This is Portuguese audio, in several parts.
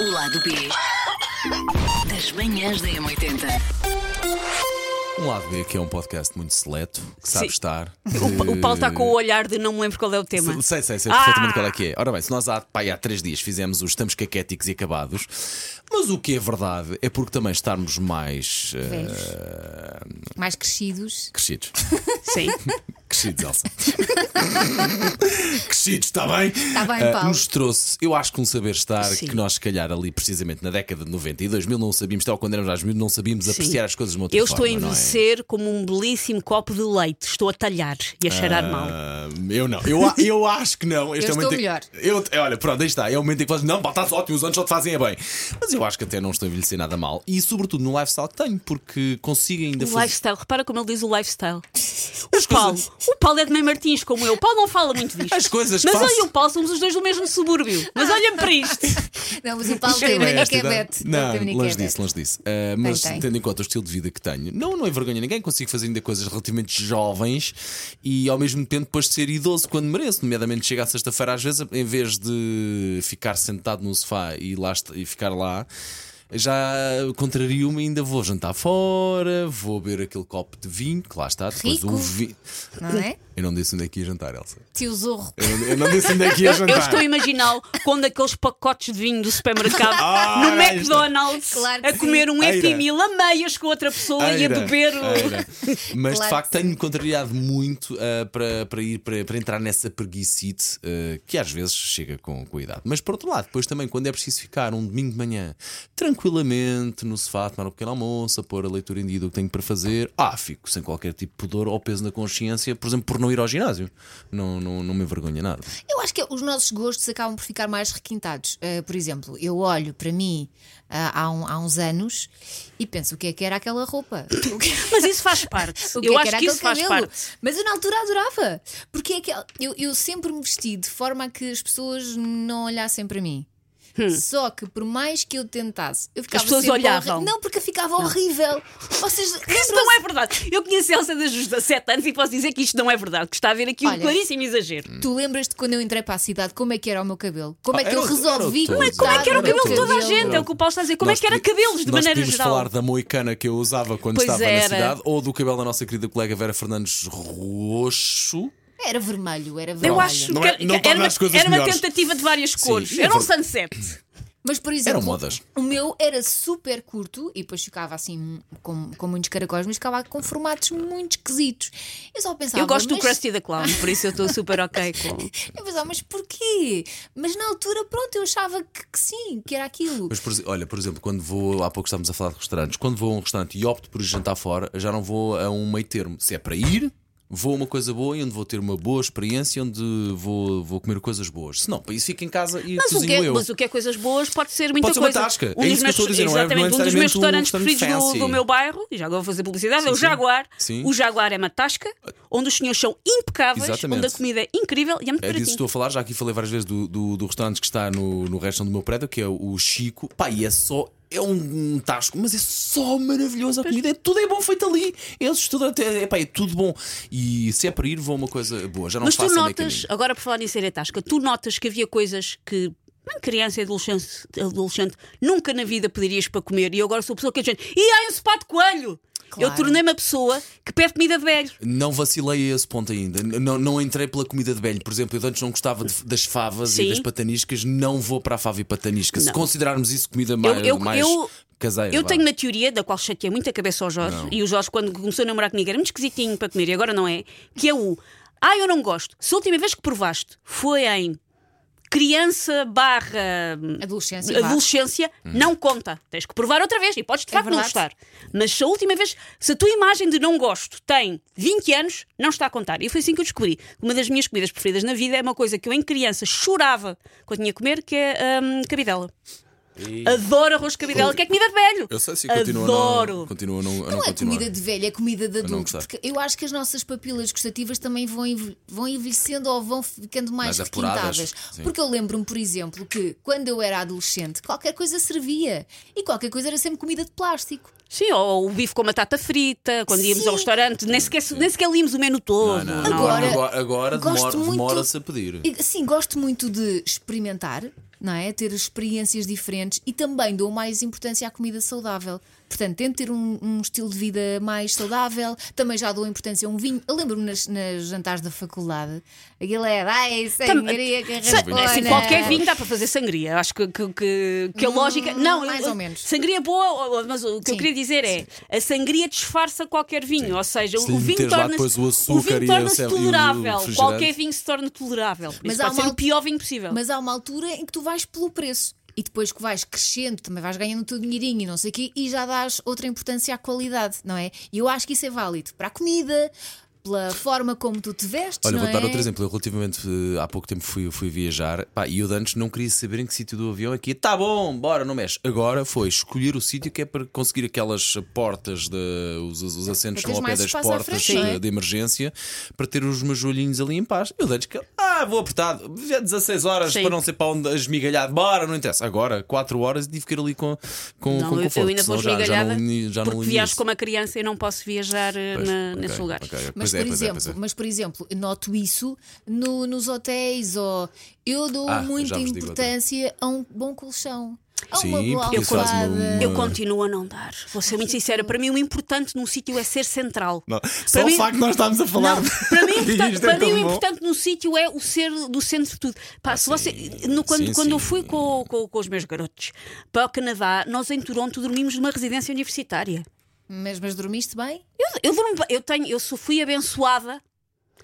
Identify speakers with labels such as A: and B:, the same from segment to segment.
A: O lado B das manhãs da M80.
B: Um lado B, que é um podcast muito seleto, que sabe
C: Sim.
B: estar.
C: O, Pa- o Paulo está com o olhar de não me lembro qual é o tema.
B: Sei, sei, sei
C: Ah!
B: perfeitamente qual é que é. Ora bem, se nós há, pá, há três dias fizemos os estamos caquéticos e acabados, mas o que é verdade é porque também estarmos mais eh,
D: Velhos. mais crescidos.
B: crescidos.
C: Sim.
B: Crescidos, Elsa. Crescidos, está bem? Está
D: bem, Paulo.
B: nos trouxe, eu acho que um saber-estar
C: Tá Sim.
B: que nós, se calhar, ali precisamente na década de 90 e 2000, não sabíamos, tal quando éramos às mil, não sabíamos apreciar as coisas de uma outra
C: Eu estou
B: forma,
C: a
B: não é?
C: envelhecer como um belíssimo copo de leite. Estou a talhar e a cheirar mal.
B: Ah, eu não, eu, a- eu acho que não. Este
D: Eu
B: é o
D: estou
B: momento em-
D: melhor.
B: Eu, é, olha, pronto, aí está. É o momento em que fazes, não, pá, estás ótimo, os anos só te fazem é bem. Mas eu acho que até não estou a envelhecer nada mal. E sobretudo no lifestyle tenho, porque consigo ainda
C: O
B: fazer.
C: Um lifestyle, repara como ele diz o lifestyle.
B: As
C: O Paulo,
B: coisas-
C: o Paulo é de Mãe Martins, como eu. O Paulo não fala muito disto.
B: As coisas que
C: Mas
B: faço.
C: olha, o Paulo somos os dois do mesmo subúrbio. Mas olha-me para isto.
D: Não, mas o Paulo
C: Chega
D: tem
B: Não é esta
D: maniquebete.
B: idade.
D: é
B: Não, longe disso,
D: disso.
B: longe disso. Ah, mas
D: Tem, tem.
B: tendo em conta o estilo de vida que tenho, não, não envergonho ninguém, consigo fazer ainda coisas relativamente jovens e ao mesmo tempo depois de ser idoso quando mereço, nomeadamente chega à sexta-feira, às vezes, em vez de ficar sentado no sofá e, lá, est- e ficar lá. Já contrario-me, ainda vou jantar fora, vou beber aquele copo de vinho, que lá está, depois
D: Rico.
B: um vinho.
D: Não é?
B: Eu não disse onde é que ia jantar, Elsa.
D: Tio Zorro.
B: Eu não, eu não disse onde é que ia jantar.
C: Eu estou a imaginar com daqueles pacotes de vinho do supermercado
B: Ah,
C: no
B: ora, aí está.
C: McDonald's
D: Claro que
C: a comer um
B: Eira.
C: Epimil a meias com outra pessoa e a
B: Eira,
C: beber. o-
B: eira. Mas de
D: Claro
B: facto
D: que
B: tenho-me contrariado muito ah, para, para ir para, para entrar nessa preguicite ah, que às vezes chega com, com a idade. Mas por outro lado, depois também quando é preciso ficar um domingo de manhã tranquilamente no sofá, tomar um pequeno almoço, a pôr a leitura em dia do que tenho para fazer, ah, fico sem qualquer tipo de pudor ou peso na consciência, por exemplo, por não ir ao ginásio. Não, não, não me envergonha nada.
D: Eu acho que os nossos gostos acabam por ficar mais requintados. Eh, por exemplo, eu olho para mim ah, há, um- há uns anos e penso o que é que era aquela roupa? O que,
C: Mas isso faz parte.
D: o que
C: eu
D: é
C: acho
D: que era
C: que isso
D: aquele
C: faz
D: cabelo?
C: parte.
D: Mas eu na altura adorava. Porque é que eu, eu sempre me vesti de forma a que as pessoas não olhassem para mim. Só que por mais que eu tentasse, eu ficava
C: Hum. pessoas
D: sempre
C: olhavam.
D: horri- Não, porque eu ficava horrível. Vocês
C: Isto não é verdade. Eu conheço a Elsa da Justa há 7 anos e posso dizer que isto não é verdade, que está a haver aqui um
D: Olha.
C: claríssimo exagero.
D: Hum. Tu lembras-te quando eu entrei para a cidade, como é que era o meu cabelo? Como é
B: Ah,
D: que eu
B: era o-
D: resolvi?
B: era o todo.
C: Como é que era o
B: Era
C: cabelo de toda a
B: todo.
C: gente? É o que o Paulo está a dizer. Como é
B: Nós
C: que era
B: podi-
C: cabelos de
B: nós
C: maneira
B: podíamos
C: geral?
B: falar da moicana que eu usava quando
C: Pois
B: estava na
C: era.
B: cidade ou do cabelo da nossa querida colega Vera Fernandes Roxo.
D: Era vermelho, era vermelho.
C: Eu acho
B: Não
C: que
B: é- não torna
C: era, uma,
B: as coisas
C: era uma
B: melhores.
C: tentativa de várias cores.
B: e é
C: era um
B: verdade.
C: sunset.
D: Mas, por exemplo,
B: Eram modas.
D: o meu era super curto e depois ficava assim com, com muitos caracóis, mas ficava com formatos muito esquisitos. Eu só pensava.
C: Eu gosto do
D: mas,
C: Krusty the Clown, por isso eu estou super ok com.
D: Eu pensava, mas porquê? Mas na altura, pronto, eu achava que, que sim, que era aquilo.
B: Mas, por exe- olha, por exemplo, quando vou, há pouco estávamos a falar de restaurantes, quando vou a um restaurante e opto por ir jantar fora, já não vou a um meio termo. Se é para ir, vou a uma coisa boa e onde vou ter uma boa experiência, onde vou, vou comer coisas boas. Se não, para isso fico em casa e
C: Mas o, que
B: cozinho
C: é,
B: eu.
C: mas o que é coisas boas pode ser muita
B: Pode ser uma
C: coisa. Um
B: tasca. É
C: dos
B: isso que eu estou a dizer, não é- não é
C: exatamente, um dos
B: necessariamente
C: meus
B: um
C: restaurantes
B: restaurante
C: preferidos do,
B: fancy.
C: do meu bairro, e já agora vou fazer publicidade, é o
B: sim.
C: Jaguar.
B: Sim.
C: O Jaguar é uma tasca, onde os senhores são impecáveis,
B: Exatamente.
C: onde a comida é incrível e é muito
B: É disso que
C: baratinho.
B: estou a falar, já aqui falei várias vezes do, do, do restaurante que está no, no resto do meu prédio, que é o Chico. Pá, e é só. É um, um tasco, mas é só maravilhoso a comida. É, tudo é bom feito ali. Eles tudo até. É, pá, é tudo bom. E se é para ir, vou a uma coisa boa. Já não
C: Mas tu
B: faço a meio
C: notas,
B: caminho.
C: agora por falar nisso era tasca, tu notas que havia coisas que uma criança e adolescente, adolescente nunca na vida pedirias para comer e eu agora sou a pessoa que a gente. E há ensopado de coelho! Eu
D: Claro.
C: tornei-me a pessoa que pede comida de velho.
B: Não vacilei a esse ponto ainda. N- Não, não entrei pela comida de velho. Por exemplo, eu antes não gostava de- das favas
C: Sim.
B: e das pataniscas. Não vou para a fava e patanisca. Se
C: Não.
B: considerarmos isso comida mais,
C: eu-
B: mais
C: eu-
B: caseira.
C: Eu
B: vá.
C: tenho uma teoria da qual chateei muito a cabeça ao Jorge e o Jorge, quando começou a namorar comigo, era muito esquisitinho para comer e agora não é. Que é o Ah, eu não gosto. Se a última vez que provaste foi em criança barra hum,
B: Assim,
D: Adolescência. vá.
C: adolescência,
B: Hum.
C: não conta. Tens que provar outra vez e podes de
D: É
C: facto não
D: verdade.
C: gostar. Mas se a última vez, se a tua imagem de não gosto tem 20 anos, não está a contar. E foi assim que eu descobri. Uma das minhas comidas preferidas na vida é uma coisa que eu em criança chorava quando tinha a comer, que é hum, cabidela. Adoro arroz de cabidela, que é comida de velho.
B: Eu sei se continua
C: Adoro.
B: a não, continua a não, a não
D: Não é
B: continuar.
D: comida de velho, é comida de adultos.
B: gostar.
D: Porque eu acho que as nossas papilas gustativas também vão, envel- vão envelhecendo ou vão ficando mais,
B: Mais apuradas,
D: requintadas.
B: sim.
D: Porque eu lembro-me, por exemplo, que quando eu era adolescente, qualquer coisa servia. E qualquer coisa era sempre comida de plástico.
C: Sim, ou o bife com batata frita, quando íamos ao restaurante, nem sequer, nem sequer líamos o menu todo.
B: Não, não,
C: não.
B: agora, agora,
D: Agora-
B: agora
D: gosto
B: demora-
D: muito-
B: demora-se a pedir.
D: E, Sim, gosto muito de experimentar, não é? Ter experiências diferentes e também dou mais importância à comida saudável. Portanto, tento ter um, um estilo de vida mais saudável, também já dou importância a um vinho. Eu lembro-me nas, nas jantares da faculdade, a galera, ai, é sangria,
B: Olha.
C: É assim,
D: carrascona.
C: qualquer vinho dá para fazer sangria. Acho que, que, que, que a lógica. Não,
D: Hum, mais
C: eu-
D: ou menos.
C: Sangria boa, ou- ou- mas o que eu
D: Sim.
C: queria dizer é: a sangria disfarça qualquer vinho. Ou seja,
B: Se
C: o
B: lhe
C: vinho
B: meteres lá
C: torna-se
B: depois o açúcar
C: o vinho
B: e o-
C: torna-se
B: e o
C: tolerável.
B: refrigerante.
C: Qualquer vinho se torna tolerável. Mas
D: Mas
C: Isso
D: há
C: pode ser
D: uma
C: o pior vinho possível.
D: Mas há uma altura em que tu vais pelo preço. E depois que vais crescendo, também vais ganhando o teu dinheirinho e não sei o quê, e já dás outra importância à qualidade, não é? E eu acho que isso é válido para a comida, pela forma como tu te vestes.
B: Olha,
D: não
B: vou dar
D: é?
B: outro exemplo. Eu relativamente eh, há pouco tempo fui, fui viajar pá, e eu de antes não queria saber em que sítio do avião aqui. Tá bom, bora, não mexe. Agora foi escolher o sítio que é para conseguir aquelas portas, de, os, os assentos estão
D: Para teres
B: ao pé
D: mais
B: das
D: espaço à
B: portas
D: frente,
B: eh,
D: não é?
B: de emergência para ter os meus joelhinhos ali em paz. Eu de antes que ah, vou apertado, é 16 horas
C: Sim.
B: para não ser para onde esmigalhado, bora, não interessa. Agora, 4 horas e tive que ir ali com, com,
C: Não,
B: com
C: eu- eu,
B: conforto.
C: ainda vou
B: senão já, já
C: esmigalhada
B: não li- já não
C: porque
B: li
C: viajo
B: isso.
C: como uma criança e não posso viajar eh,
B: Pois,
C: na-
B: ok,
C: nesses lugares.
B: ok. Pois
D: Mas,
B: é,
D: por
B: pois é,
D: exemplo,
B: pois é.
D: mas, por exemplo, noto isso no- nos hotéis. Ou eu dou
B: Ah, já
D: muita
B: vos digo outra.
D: importância a um bom colchão, a uma
B: Sim,
D: boa
B: porque isso faz uma-
D: almofada.
C: Eu continuo a não dar. Vou ser muito sincera. Para mim, o importante num sítio é ser central.
B: Não,
C: Para
B: Só
C: mim-
B: o facto de nós estamos a falar.
C: Não, para mim, o
B: Isto é
C: importante- para
B: tão
C: mim o
B: bom. Ah,
C: importante no sítio é o ser do centro de tudo. Pá, se você, no- quando
B: Sim,
C: quando eu
B: sim.
C: fui com, com- com os meus garotos para o Canadá, nós em Toronto dormimos numa residência universitária.
B: um-
D: Mas, mas dormiste bem?
C: Eu, eu, durmo bem- eu tenho, eu só fui abençoada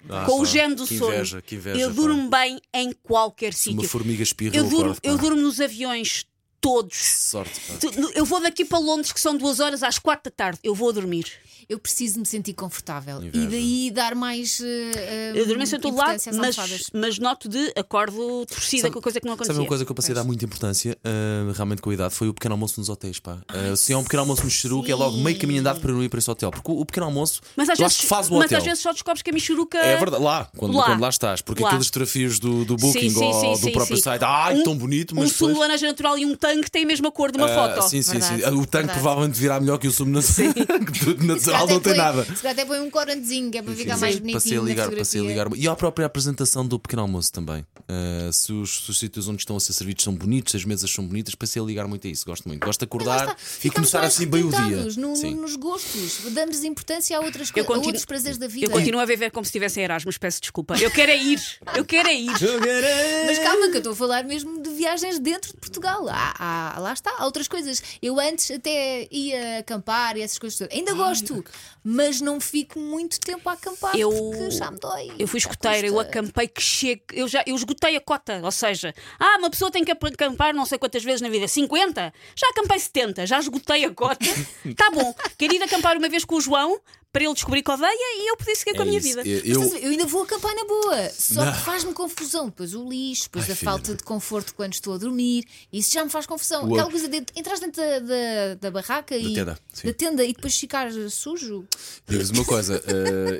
B: Ah,
C: com o
B: pá,
C: gene do
B: que
C: sono.
B: inveja, que inveja,
C: eu
B: pá.
C: durmo bem em qualquer
B: Se uma
C: sítio.
B: formiga espirra,
C: Eu
B: eu
C: durmo,
B: acordo,
C: eu
B: pá.
C: durmo nos aviões todos.
B: Sorte, pá.
C: Tu- no- Eu vou daqui para Londres, que são duas horas às quatro da tarde. Eu vou dormir.
D: Eu preciso me sentir confortável e
B: Inveja.
D: daí dar mais. eh,
C: Eu dormi em todo lado,
D: importância às
C: mas,
D: almofadas.
C: mas noto de acordo torcida com a coisa que não acontecia.
B: Sabe uma coisa que eu passei a dar muita importância, ah, realmente com a idade, foi o pequeno almoço nos hotéis, pá. Ah, se é um pequeno almoço no Cheru, que é logo meio caminho andado para não ir para esse hotel. Porque o, o pequeno almoço,
C: Mas às,
B: eu
C: vezes,
B: acho que faz o
C: mas
B: hotel.
C: às vezes só descobres que a Michuruca.
B: É verdade, lá quando,
C: Lá.
B: quando lá estás, porque
C: Lá.
B: aqueles desafios do, do
C: Sim,
B: Booking
C: sim,
B: ou
C: sim,
B: do
C: sim,
B: próprio
C: sim.
B: site, ai,
C: Um-
B: tão bonito,
C: Um
B: mas.
C: sumo
B: depois-
C: de laranja natural e um tanque têm a mesma cor de uma
B: Ah,
C: foto.
B: sim, sim, sim. O
D: Verdade,
B: tanque
D: verdade.
B: provavelmente virá melhor que o sumo natural. Tudo
D: Se calhar
B: natural
D: até
B: não tem
D: põe-
B: nada.
D: Se calhar até põe um corantezinho, que é para ficar
B: Sim,
D: mais
B: sim.
D: bonitinho.
B: Passei a
D: na
B: ligar, passei a
D: fotografia.
B: ligar. E à própria apresentação do pequeno almoço também. Uh, se, os, se os sítios onde estão a ser servidos são bonitos, se as mesas são bonitas, passei a ligar muito a isso. Gosto muito. Gosto de
D: Lá
B: acordar
D: está,
B: e
D: ficamos
B: começar
D: mais
B: assim bem o dia.
D: requintados no- no-
B: Sim.
D: nos gostos, damos importância a, outras co- a
C: continuo-
D: outros prazeres da vida.
C: Eu continuo a viver como se estivesse em Erasmus, peço desculpa. Eu quero é ir, eu quero é ir.
D: Mas calma, que eu estou a falar mesmo de viagens dentro de Portugal. Há- há- lá está, há outras coisas. Eu antes até ia acampar e essas coisas todas. Ainda gosto, mas não fico muito tempo a acampar
C: Eu-
D: porque já me dói.
C: Eu fui
D: já
C: escoteira, eu
D: custa.
C: acampei que chego, eu já eu esgotei a cota, ou seja, ah, uma pessoa tem que acampar não sei quantas vezes na vida, 50? Já acampei 70, já esgotei a cota. tá bom, quero ir acampar uma vez com o João para ele descobrir que odeia e eu poder seguir com a
B: É
C: minha
B: isso.
C: vida.
B: Eu-
D: Mas
B: eu-
D: estás a ver, Eu ainda vou acampar na boa, só
B: Não.
D: que faz-me confusão. Depois o lixo, depois
B: Ai,
D: a
B: filha,
D: falta
B: não.
D: de conforto quando estou a dormir, isso já me faz confusão.
B: O-
D: Aquela coisa de entras dentro da, da- da barraca e
B: tenda, sim.
D: da tenda e depois ficar sujo.
B: Digo-vos uma coisa,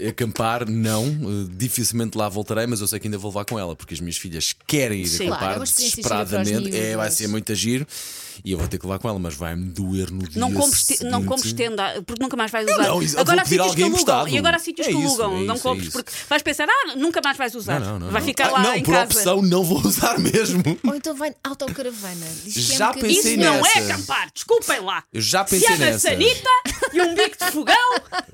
B: eh, acampar não, eh, dificilmente lá voltarei, mas eu sei que ainda vou levar com ela, porque as minhas filhas querem ir
C: Sim.
B: acampar
D: Claro, é uma experiência gira para os
B: desesperadamente. É, vai
D: miúdos.
B: ser muito giro e eu vou ter que levar com ela, mas vai-me doer no dia.
C: Não compres, te- não
B: seguinte.
C: compres tenda, porque nunca mais vais usar.
B: não, isso-
C: agora
B: vou
C: há
B: pedir
C: sítios que
B: alguém
C: alugam.
B: emprestado.
C: E agora há sítios
B: É
C: que
B: isso,
C: alugam.
B: é
C: não
B: isso, é
C: compres,
B: isso.
C: porque vais pensar, ah, nunca mais vais usar.
B: Não, não, não,
C: Vai
B: não.
C: ficar
B: Ah,
C: lá
B: Não,
C: em
B: por
C: casa.
B: opção não vou usar mesmo.
D: Ou então vai autocaravana. Diz que
B: Já
D: é um bocadinho-
B: pensei
C: Isso não é
B: nessa.
C: acampar, desculpem lá.
B: Eu já
C: Se
B: pensei
C: há uma
B: nessa.
C: sanita e um bico de fogão,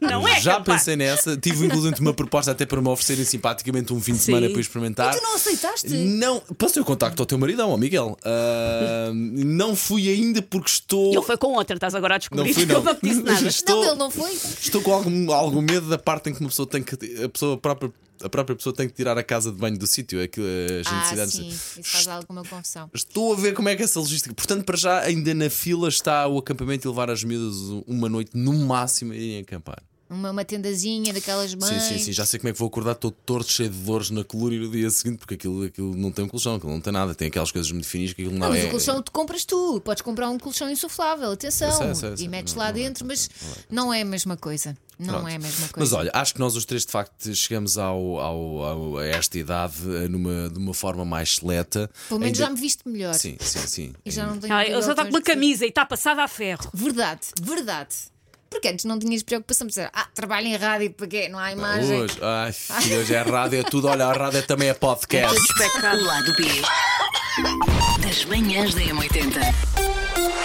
C: não é
B: Já
C: acampar.
B: pensei nessa, tive inclusive uma proposta até para me oferecerem simpaticamente um fim de semana para eu experimentar.
D: E tu não aceitaste?
B: Não, passei o contacto ao teu maridão, ao Miguel. Ah, não fui ainda porque estou.
C: Ele foi com outra, estás agora a descobrir
B: Não fui,
C: que
B: não.
C: eu não te disse nada.
B: estou,
D: Não, ele não foi.
B: estou com algum, algum medo da parte em que uma pessoa tem que. A, pessoa, a, própria, a própria pessoa tem que tirar a casa de banho do sítio. é aquilo, As
D: Ah,
B: necessidades.
D: sim, isso faz alguma confusão.
B: Estou a ver como é que é essa logística. Portanto, para já, ainda na fila está o acampamento e levar as miúdas uma noite no máximo a irem acampar.
D: Uma, uma tendazinha daquelas
B: Sim,
D: mães.
B: sim, sim. Já sei como é que vou acordar todo torto, cheio de dores na coluna e no dia seguinte, porque aquilo, aquilo não tem um colchão, aquilo não tem nada, tem aquelas coisas muito fininhas que aquilo não,
D: Não, mas
B: é.
D: o colchão tu compras tu, podes comprar um colchão insuflável, atenção,
B: Eu sei, eu sei, eu sei.
D: e metes
B: Não,
D: lá
B: não é,
D: dentro, mas não é a mesma coisa. Não
B: Pronto.
D: é a mesma coisa.
B: Mas olha, acho que nós os três de facto chegamos ao, ao- ao- a esta idade eh, numa, de uma forma mais seleta.
D: Pelo menos
B: Ainda-
D: já me viste melhor.
B: Sim, sim, sim.
D: E já não tenho
C: Ah, Ele
D: cabelo
C: só está
D: tão
C: com uma
D: específico.
C: camisa e está passada a ferro.
D: Verdade, verdade. Porque antes não tinhas preocupação de dizer, ah, trabalho em rádio, porque não há imagem.
B: Hoje, ai, filho, hoje é rádio, é tudo. Olha, a rádio também é podcast.
A: O lado B das manhãs da M80.